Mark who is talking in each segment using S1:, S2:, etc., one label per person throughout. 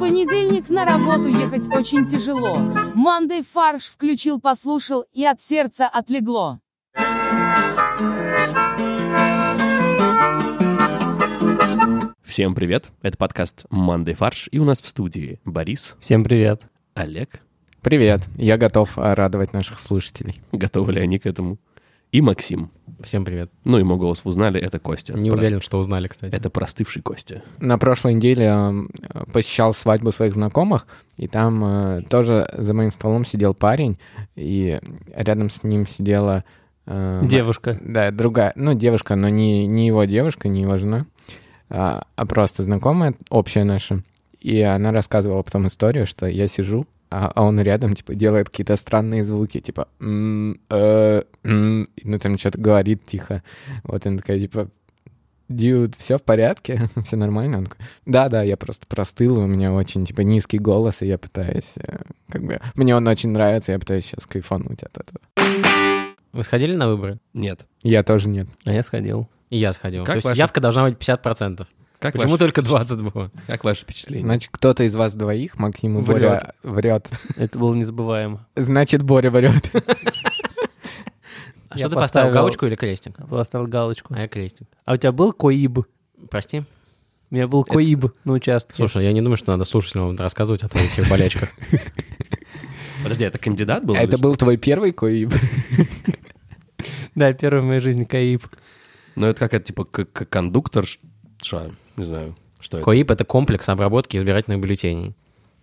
S1: понедельник на работу ехать очень тяжело. Мандей фарш включил, послушал, и от сердца отлегло.
S2: Всем привет, это подкаст «Мандай фарш», и у нас в студии Борис,
S3: Всем привет.
S2: Олег,
S4: Привет, я готов а, радовать наших слушателей.
S2: готовы ли они к этому, и Максим.
S3: Всем привет.
S2: Ну, его голос вы узнали, это Костя.
S3: Не
S2: Про-
S3: уверен, что узнали, кстати.
S2: Это простывший Костя.
S4: На прошлой неделе м, посещал свадьбу своих знакомых, и там э, тоже за моим столом сидел парень, и рядом с ним сидела... э, м-
S3: Девушка.
S4: Да, другая, ну, девушка, но не, не его девушка, не его жена, а, а просто знакомая, общая наша. И она рассказывала потом историю, что я сижу, а, а он рядом, типа, делает какие-то странные звуки, типа, «М, э, м», и, ну, там что-то говорит тихо. Вот она такая, типа, Дюд, все в порядке? все нормально? Он такой, да-да, я просто простыл, у меня очень, типа, низкий голос, и я пытаюсь, э, как бы, мне он очень нравится, я пытаюсь сейчас кайфануть от этого.
S3: Вы сходили на выборы?
S2: Нет.
S4: Я тоже нет.
S5: А я сходил.
S3: И я сходил.
S2: Как
S3: То есть
S2: ваши-
S3: явка должна быть 50%.
S2: Как
S3: Почему
S2: ваше,
S3: только 20 было?
S2: как ваше впечатление?
S4: Значит, кто-то из вас двоих, Максим и Боря, врет.
S5: Это было незабываемо.
S4: Значит, Боря врет.
S5: Я
S3: А что ты поставил,
S5: поставил-
S3: галочку или крестик?
S5: Поставил галочку.
S3: А я крестик.
S5: А у тебя был коиб?
S3: Прости.
S5: У меня был коиб на участке.
S3: Слушай, я не думаю, что надо слушателям рассказывать о твоих всех болячках.
S2: Подожди, это кандидат был? или
S4: А, Это
S2: что?
S4: был твой первый коиб?
S5: Да, первый в моей жизни коиб.
S2: Ну, это как это, типа, к- к- кондуктор, ш- ша, не знаю, что это.
S3: КОИП — это комплекс обработки избирательных бюллетеней.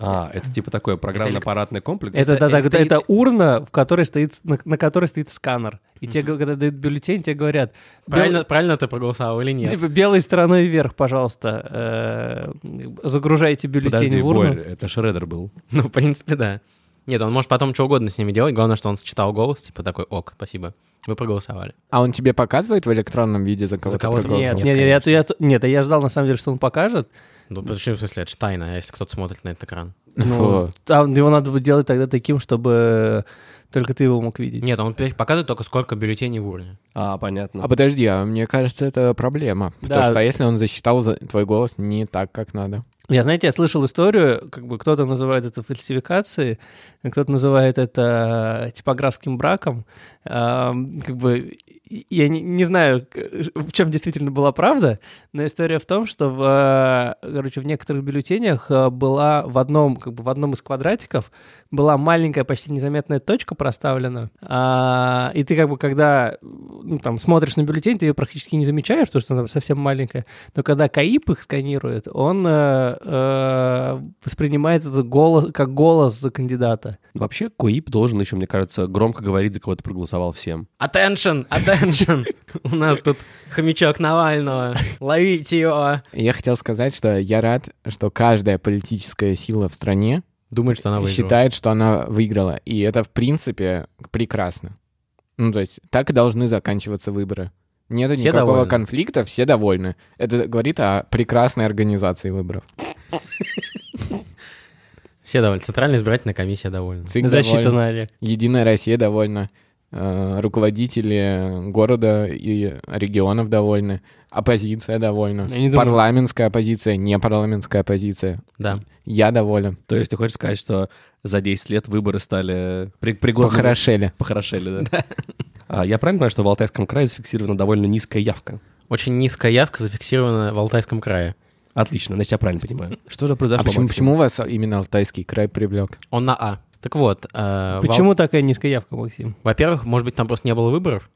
S2: А, это типа такой программно-аппаратный комплекс?
S5: Это, да, да,
S3: это-
S5: это, урна, в которой стоит, на, на которой стоит сканер. И тебе, когда дают бюллетень, тебе говорят... «Бел-
S3: Правильно, правильно ты проголосовал или нет?
S5: Типа белой стороной вверх, пожалуйста, э, загружайте бюллетень
S2: Подожди,
S5: в урну.
S2: Борь, это Шредер был.
S3: Ну, в принципе, да. Нет, он может потом что угодно с ними делать. Главное, что он считал голос, типа такой, ок, спасибо, вы проголосовали.
S4: А он тебе показывает в электронном виде, за кого
S3: За
S4: ты
S3: кого ты
S4: проголосовал?
S5: Нет,
S3: Нет,
S5: нет, нет, я, я, нет, я ждал на самом деле, что он покажет.
S3: Ну, почему, в смысле, это же тайна, а если кто-то смотрит на этот экран.
S5: Ну,
S4: Фу.
S5: там его надо будет делать тогда таким, чтобы только ты его мог видеть.
S3: Нет, он теперь показывает только сколько бюллетеней в урне.
S2: А, понятно.
S4: А подожди, а мне кажется, это проблема. Потому
S5: ну. Да.
S4: что а если он засчитал за- твой голос не так, как надо?
S5: Я, знаете, я слышал историю, как бы кто-то называет это фальсификацией, а кто-то называет это типографским браком. Ам, Как бы и- я не, не знаю, к- в чем действительно была правда, но история в том, что в, э, короче, в некоторых бюллетенях э, была в одном, как бы в одном из квадратиков была маленькая, почти незаметная точка проставлена, А, и ты как бы когда ну, там смотришь на бюллетень, ты ее практически не замечаешь, потому что она совсем маленькая. Но когда КАИП их сканирует, он э, э, воспринимает это голос, как голос за кандидата.
S2: Вообще, КУИП должен еще, мне кажется, громко говорить, за кого ты проголосовал всем.
S3: Attention, attention! У нас тут хомячок Навального. Ловите его!
S4: Я хотел сказать, что я рад, что каждая политическая сила в стране
S3: Думает, что она выиграла.
S4: считает, что она выиграла. И это, в принципе, прекрасно. Ну, то есть так и должны заканчиваться выборы. Нет
S3: Все
S4: никакого
S3: довольны.
S4: конфликта, все довольны. Это говорит о прекрасной организации выборов.
S3: Все довольны. Центральная избирательная комиссия довольна.
S4: ЦИК
S5: Защита
S4: доволен,
S5: на Олег.
S4: Единая Россия довольна, э, руководители города и регионов довольны, оппозиция довольна,
S5: Я не думаю.
S4: парламентская оппозиция, непарламентская оппозиция.
S3: Да.
S4: Я доволен.
S2: То есть ты хочешь сказать, что за 10 лет выборы стали при- пригодными?
S4: Похорошели.
S2: Похорошели, да. А, Я правильно понимаю, что в Алтайском крае зафиксирована довольно низкая явка?
S3: Очень низкая явка зафиксирована в Алтайском крае.
S2: Отлично, значит, я правильно понимаю. Что же
S4: А
S2: произошло,
S4: почему,
S2: Максим?
S4: почему вас именно Алтайский край привлек?
S3: Он на А. Так вот. э, в
S5: Почему
S3: Ал-
S5: такая низкая явка, Максим?
S3: Во-первых, может быть, там просто не было выборов,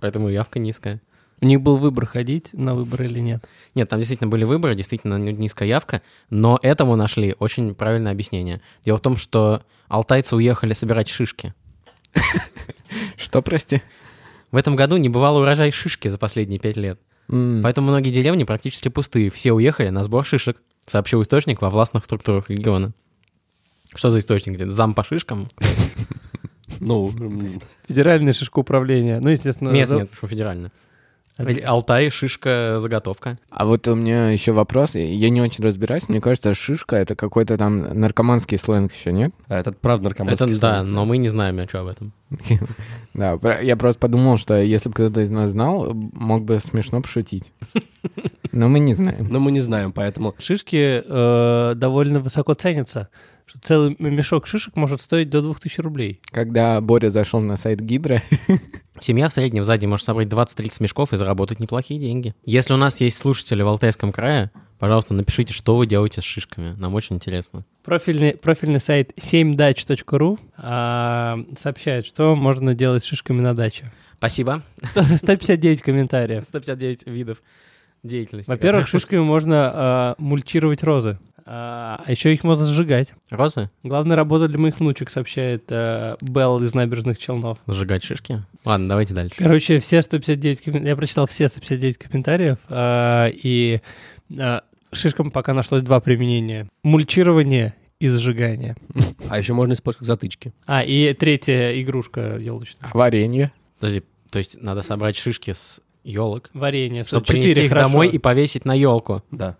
S3: поэтому явка низкая.
S5: У них был выбор, ходить на выборы или нет.
S3: Нет, там действительно были выборы, действительно ни- низкая явка, но этому нашли очень правильное объяснение. Дело в том, что алтайцы уехали собирать шишки.
S4: Что, прости?
S3: В этом году не бывало урожай шишки за последние пять лет.
S4: М.
S3: Поэтому многие деревни практически пустые. Все уехали на сбор шишек, сообщил источник во властных структурах региона. Что за источник? Где-то Зам по шишкам?
S2: Ну, м,
S5: Федеральное шишкоуправление. Ну, естественно,
S3: Нет,
S5: за-
S3: нет, почему федерально? Или Алтай, шишка, заготовка.
S4: А вот у меня еще вопрос. Я не очень разбираюсь. Мне кажется, шишка — это какой-то там наркоманский сленг еще, нет?
S2: А это правда наркоманский
S3: это
S2: сленг,
S3: да, но мы не знаем ничего об этом.
S4: Да, про- я просто подумал, что если бы кто-то из нас знал, мог бы смешно пошутить. Но мы не знаем.
S2: Но мы не знаем, поэтому...
S5: Шишки э, довольно высоко ценятся. Что целый мешок шишек может стоить до 2000 рублей.
S4: Когда Боря зашел на сайт Гидро,
S3: Семья в среднем сзади может собрать 20-30 мешков и заработать неплохие деньги. Если у нас есть слушатели в Алтайском крае, пожалуйста, напишите, что вы делаете с шишками. Нам очень интересно.
S5: Профильный, профильный сайт 7daч.ru а, сообщает, что можно делать с шишками на даче.
S3: Спасибо.
S5: 159 комментариев.
S3: 159 видов деятельности.
S5: Во-первых, шишками можно а, мульчировать розы. А а еще их можно сжигать.
S3: Розы?
S5: Главная работа для моих внучек, сообщает а, Белл из набережных Челнов.
S3: Сжигать шишки? Ладно, давайте дальше.
S5: Короче, все 159 комментариев. Я прочитал все 159 комментариев, а, и а, шишкам пока нашлось два применения. Мульчирование и сжигание.
S2: А еще можно использовать как затычки.
S5: А, и третья игрушка елочная.
S4: а варенье.
S3: Подожди, то есть надо собрать шишки с елок,
S5: Варенье.
S3: чтобы
S5: Четыре,
S3: принести их
S5: хорошо.
S3: домой и повесить на елку.
S2: Да.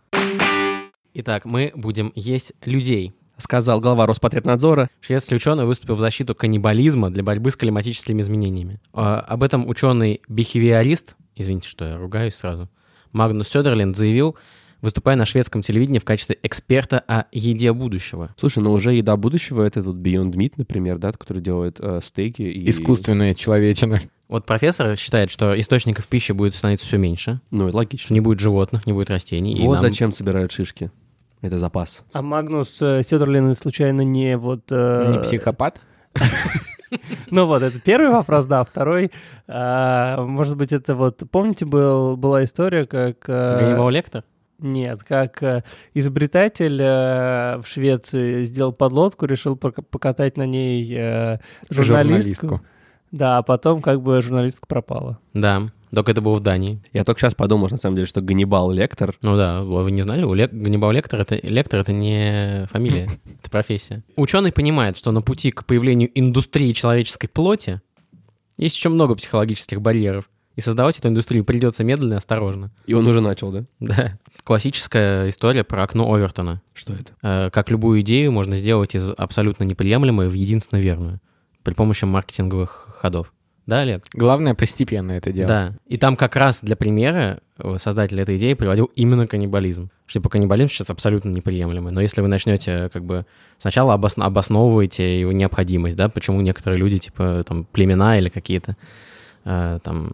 S3: Итак, мы будем есть людей.
S2: Сказал глава Роспотребнадзора.
S3: Шведский ученый выступил в защиту каннибализма для борьбы с климатическими изменениями. А, Об этом ученый-бихевиорист, извините, что я ругаюсь сразу, Магнус Сёдерленд заявил, выступая на шведском телевидении в качестве эксперта о еде будущего.
S2: Слушай, ну уже еда будущего, это тут Beyond Meat, например, да, который делает э, стейки и...
S4: Искусственная человечина.
S3: Вот профессор считает, что источников пищи будет становиться все меньше,
S2: Ну, это
S3: что
S2: логично.
S3: не будет животных, не будет растений. и
S2: вот
S3: нам-
S2: зачем собирают шишки. Это запас.
S5: А Магнус э, Сёдерлин, случайно не вот... э,
S4: Не психопат?
S5: Ну вот, это первый вопрос, да. Второй, а, может быть, это вот... Помните, был, была история, как... э,
S3: Ганнибал Лектор?
S5: Нет, как э, изобретатель э, в Швеции сделал подлодку, решил пока- покатать на ней э, журналистку. Да, а потом как бы журналистка пропала.
S3: Да, только это было в Дании.
S2: Я только сейчас подумал, на самом деле, что Ганнибал Лектор...
S3: Ну да, а вы не знали, у Лек... Ганнибал Лектор это... Лектор это не фамилия, это профессия. Ученый понимает, что на пути к появлению индустрии человеческой плоти есть еще много психологических барьеров, и создавать эту индустрию придется медленно и осторожно.
S2: И он уже начал, да?
S3: Да, классическая история про окно Овертона.
S2: Что это?
S3: Э, Как любую идею можно сделать из абсолютно неприемлемой в единственно верную при помощи маркетинговых ходов. Да, Олег?
S4: Главное постепенно это делать.
S3: Да. И там как раз для примера э, создатель этой идеи приводил именно каннибализм. Что типа каннибализм сейчас абсолютно неприемлемый. Но если вы начнете э, как бы сначала обосн- обосновываете его необходимость, да, почему некоторые люди, типа там племена или какие-то э, там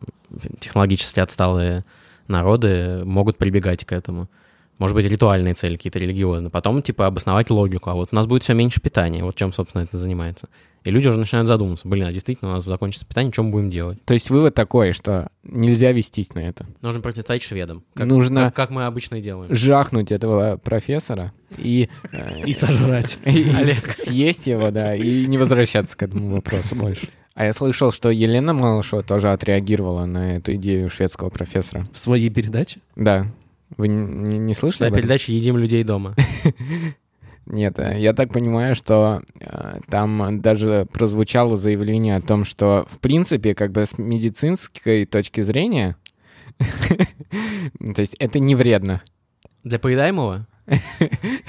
S3: технологически отсталые народы могут прибегать к этому. Может быть, ритуальные цели какие-то религиозные. Потом, типа, обосновать логику. А вот у нас будет все меньше питания. Вот чем, собственно, это занимается. И люди уже начинают задумываться. Блин, а действительно у нас закончится питание, чем мы будем делать?
S4: То есть вывод такой, что нельзя вестись на это.
S3: Нужно противостоять шведам. Как,
S4: Нужно
S3: как, как мы обычно и делаем.
S4: жахнуть этого профессора и, э,
S2: И сожрать.
S4: и- и с- съесть его, да, и не возвращаться к этому вопросу больше. А я слышал, что Елена Малышева тоже отреагировала на эту идею шведского профессора.
S2: В своей передаче?
S4: Да. Вы н- не, не слышали?
S3: Шла
S4: об этом?
S3: передача «Едим людей дома».
S4: Нет, э, я так понимаю, что э, там даже прозвучало заявление о том, что в принципе, как бы с медицинской точки зрения, то есть это не вредно.
S3: Для поедаемого?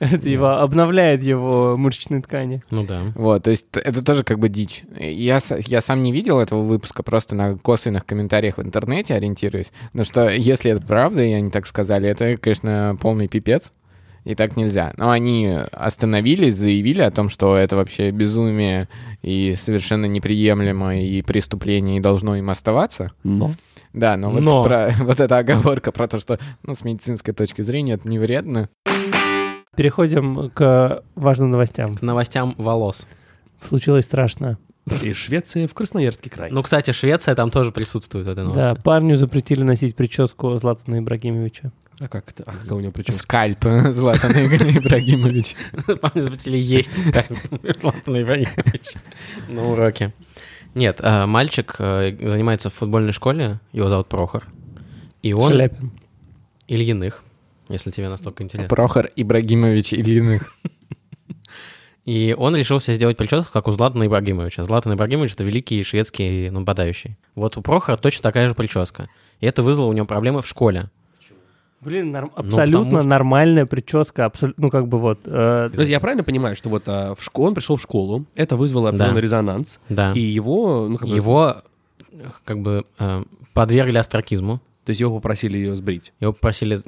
S5: Это его обновляет его мышечные ткани.
S3: Ну да.
S4: Вот, то есть т- это тоже как бы дичь. Я, с- я сам не видел этого выпуска, просто на косвенных комментариях в интернете ориентируюсь. Но что, если это правда, и они так сказали, это, конечно, полный пипец. И так нельзя. Но они остановились, заявили о том, что это вообще безумие и совершенно неприемлемо, и преступление, и должно им оставаться.
S2: Но.
S4: Да, но, вот
S3: Но.
S4: про- вот эта оговорка про то, что ну, с медицинской точки зрения это не вредно.
S5: Переходим к важным новостям.
S3: К новостям волос.
S5: Случилось страшно.
S2: И Швеция в Красноярский край.
S3: Ну, кстати, Швеция там тоже присутствует в этой
S5: Да,
S3: новости.
S5: парню запретили носить прическу Златана Ибрагимовича.
S2: А как это? А какая у него прическа?
S4: Скальп Златан Ибрагимович.
S3: Парни захотели есть, скажем, Златан Ибрагимович на уроке. Нет, э, мальчик э, занимается в футбольной школе, его зовут Прохор. И он
S5: Шаляпин.
S3: Ильиных, если тебе настолько интересно.
S4: Прохор Ибрагимович Ильиных.
S3: И он решил себе сделать прическу, как у Златана Ибрагимовича. Златан Ибрагимович — это великий шведский нападающий. Вот у Прохора точно такая же прическа. И это вызвало у него проблемы в школе.
S5: Блин, норм- абсолютно
S3: потому что-
S5: нормальная прическа, абсолютно, ну как бы вот. э,
S2: То есть Ну, Я правильно понимаю, что вот а, в школу, он пришел в школу, это вызвало определенный
S3: Да.
S2: резонанс,
S3: Да.
S2: и его, ну, как бы-
S3: его э, как бы э, подвергли астракизму.
S2: то есть его попросили ее сбрить.
S3: Его попросили с-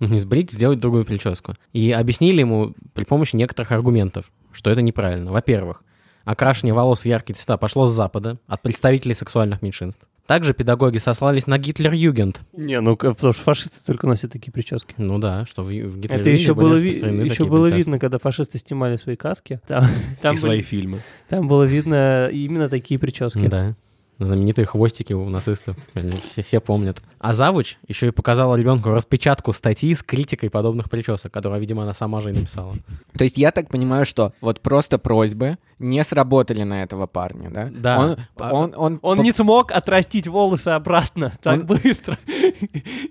S3: ну, не сбрить, сделать другую прическу. И объяснили ему при помощи некоторых аргументов, что это неправильно. Во-первых, окрашивание волос в яркие цвета пошло с Запада, от представителей сексуальных меньшинств. Также педагоги сослались на Гитлер-Югенд.
S5: Не, ну к- потому что фашисты только носят такие прически.
S3: Ну да, что в, Ю- в
S5: Это
S3: Гитлер-Югенде
S5: еще
S3: были
S5: было, ви-
S3: распространены
S5: еще
S3: такие
S5: было
S3: прически.
S5: видно, когда фашисты снимали свои каски. Там, там
S2: и
S5: были-
S2: свои фильмы.
S5: там было видно именно такие прически.
S3: Да. Знаменитые хвостики у нацистов. Они Все, все помнят. А Завуч еще и показала ребенку распечатку статьи с критикой подобных причесок, которую, видимо, она сама же и написала.
S4: То есть я так понимаю, что вот просто просьбы не сработали на этого парня, да?
S3: Да.
S4: Он, он, он,
S5: Он
S4: по-
S5: не смог отрастить волосы обратно так
S4: Он-
S5: быстро.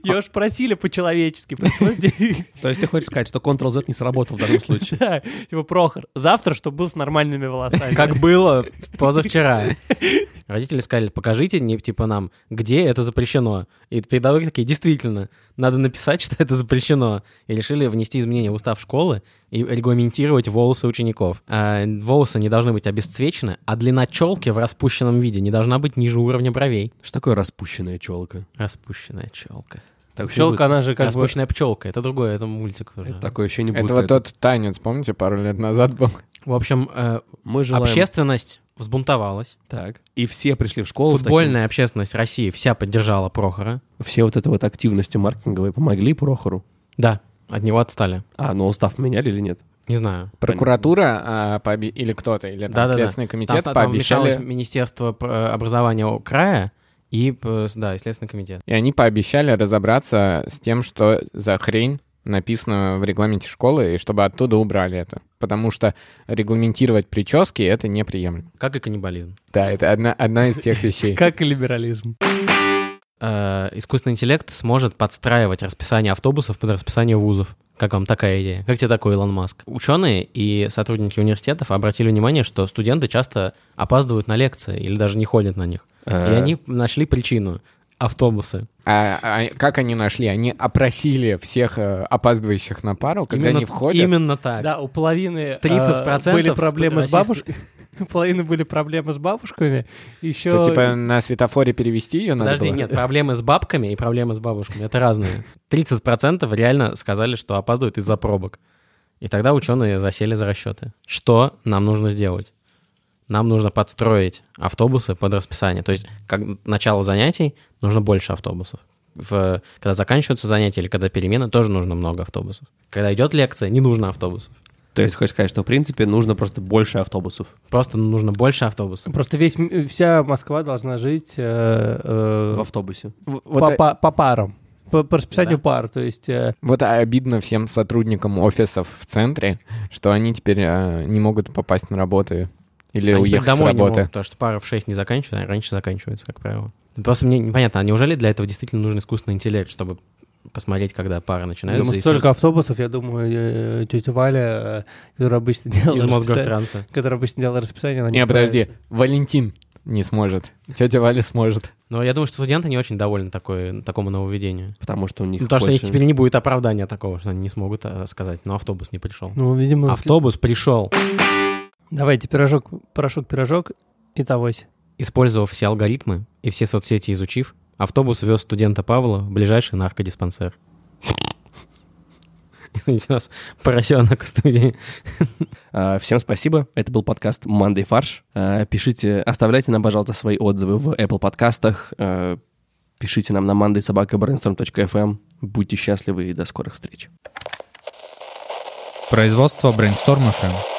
S5: Ее ж просили по-человечески. пришлось делать.
S2: То есть ты хочешь сказать, что Ctrl-Z не сработал в данном случае?
S5: Да, Типа, Прохор, завтра, чтобы был с нормальными волосами.
S3: Как было позавчера. Родители сказали, покажите, не, типа, нам, где это запрещено. И педагоги такие, действительно, надо написать, что это запрещено. И решили внести изменения в устав школы и регламентировать волосы учеников. А, волосы не должны быть обесцвечены, а длина челки в распущенном виде не должна быть ниже уровня бровей.
S2: Что такое распущенная челка?
S3: Распущенная челка.
S2: Так вообще
S5: Щелка, она же как бы...
S3: Распущенная пчелка. Это другое, это мультик. уже.
S2: будет- Такое ощущение
S4: Это
S2: будто
S4: вот
S2: это-
S4: тот танец, помните, пару лет назад был?
S3: В общем, э,
S2: Мы желаем...
S3: общественность взбунтовалась.
S2: Так. И все пришли в школу. в таким-
S3: Футбольная общественность России вся поддержала Прохора.
S2: Все вот это вот активности маркетинговые помогли Прохору.
S3: Да, от него отстали.
S2: А, ну устав меняли или нет?
S3: Не знаю.
S4: Прокуратура а, пообе- или кто-то, или там
S3: Да-да-да.
S4: Следственный комитет
S3: там, там вмешалось
S4: пообещали...
S3: Министерство э, образования о- края и, э, с- да, и Следственный комитет.
S4: И они пообещали разобраться с тем, что за хрень написано в регламенте школы, и чтобы оттуда убрали это. Потому что регламентировать прически — это неприемлемо.
S3: Как и каннибализм.
S4: Да, это одна, одна из тех вещей.
S5: Как и либерализм.
S3: Э, искусственный интеллект сможет подстраивать расписание автобусов под расписание вузов. Как вам такая идея? Как тебе такой Илон Маск? Ученые и сотрудники университетов обратили внимание, что студенты часто опаздывают на лекции или даже не ходят на них. И
S2: Э,
S3: они нашли причину. Автобусы.
S4: А, а как они нашли? Они опросили всех э, опаздывающих на пару, когда
S3: Именно-
S4: не входят.
S3: Именно так.
S5: Да, у половины э,
S3: 30%
S5: были проблемы с
S3: российских-
S5: бабушками. У половины были проблемы с бабушками. Еще...
S4: Что, типа, на светофоре перевести ее надо
S3: Подожди,
S4: было?
S3: нет, проблемы с бабками и проблемы с бабушками — это разные. 30% реально сказали, что опаздывают из-за пробок. И тогда ученые засели за расчеты. Что нам нужно сделать? Нам нужно подстроить автобусы под расписание. То есть, как начало занятий, нужно больше автобусов. В- когда заканчиваются занятия или когда перемена, тоже нужно много автобусов. Когда идет лекция, не нужно автобусов.
S2: То есть хочешь сказать, что в принципе нужно просто больше автобусов?
S3: Просто нужно больше автобусов.
S5: Просто весь, м- вся Москва должна жить э, э,
S2: В автобусе.
S4: В- Вот,
S5: по,
S4: э,
S5: па- по парам. По, по расписанию
S3: Да.
S5: пар. То есть э,
S4: вот обидно всем сотрудникам офисов в центре, что они теперь э, не могут попасть на работу или
S3: Они
S4: уехать
S3: А домой
S4: с
S3: не
S4: работы.
S3: могут, потому что пара в 6 не заканчивается, а раньше заканчивается, как правило. Просто мне непонятно, а неужели для этого действительно нужен искусственный интеллект, чтобы посмотреть, когда пара начинается?
S5: ну,
S3: и
S5: столько автобусов, я думаю, э, тетя Валя, э, которая обычно
S3: сразу
S5: делала
S3: из
S5: расписание,
S3: Мосгортранса.
S5: которая обычно делала расписание, она не
S4: Не, подожди, Валентин не сможет. Тетя Валя сможет.
S3: Но я думаю, что студенты не очень довольны такой, такому нововведению.
S2: Потому что у них
S3: Ну, потому что у них
S2: больше-
S3: теперь не будет оправдания такого, что они не смогут э, сказать, но автобус не пришел.
S5: справится. Ну, видимо...
S3: Автобус пришел.
S5: Давайте пирожок, порошок, пирожок и тогось.
S3: Использовав все алгоритмы и все соцсети изучив, автобус вез студента Павла в ближайший наркодиспансер. Извините, у нас поросенок в студии.
S2: А, Всем спасибо. Это был подкаст «Мандай фарш». А, Пишите, оставляйте нам, пожалуйста, свои отзывы в Apple подкастах. э, Пишите нам на mandaysobakabrainstorm.fm. Будьте счастливы и до скорых встреч.
S6: Производство Brainstorm FM.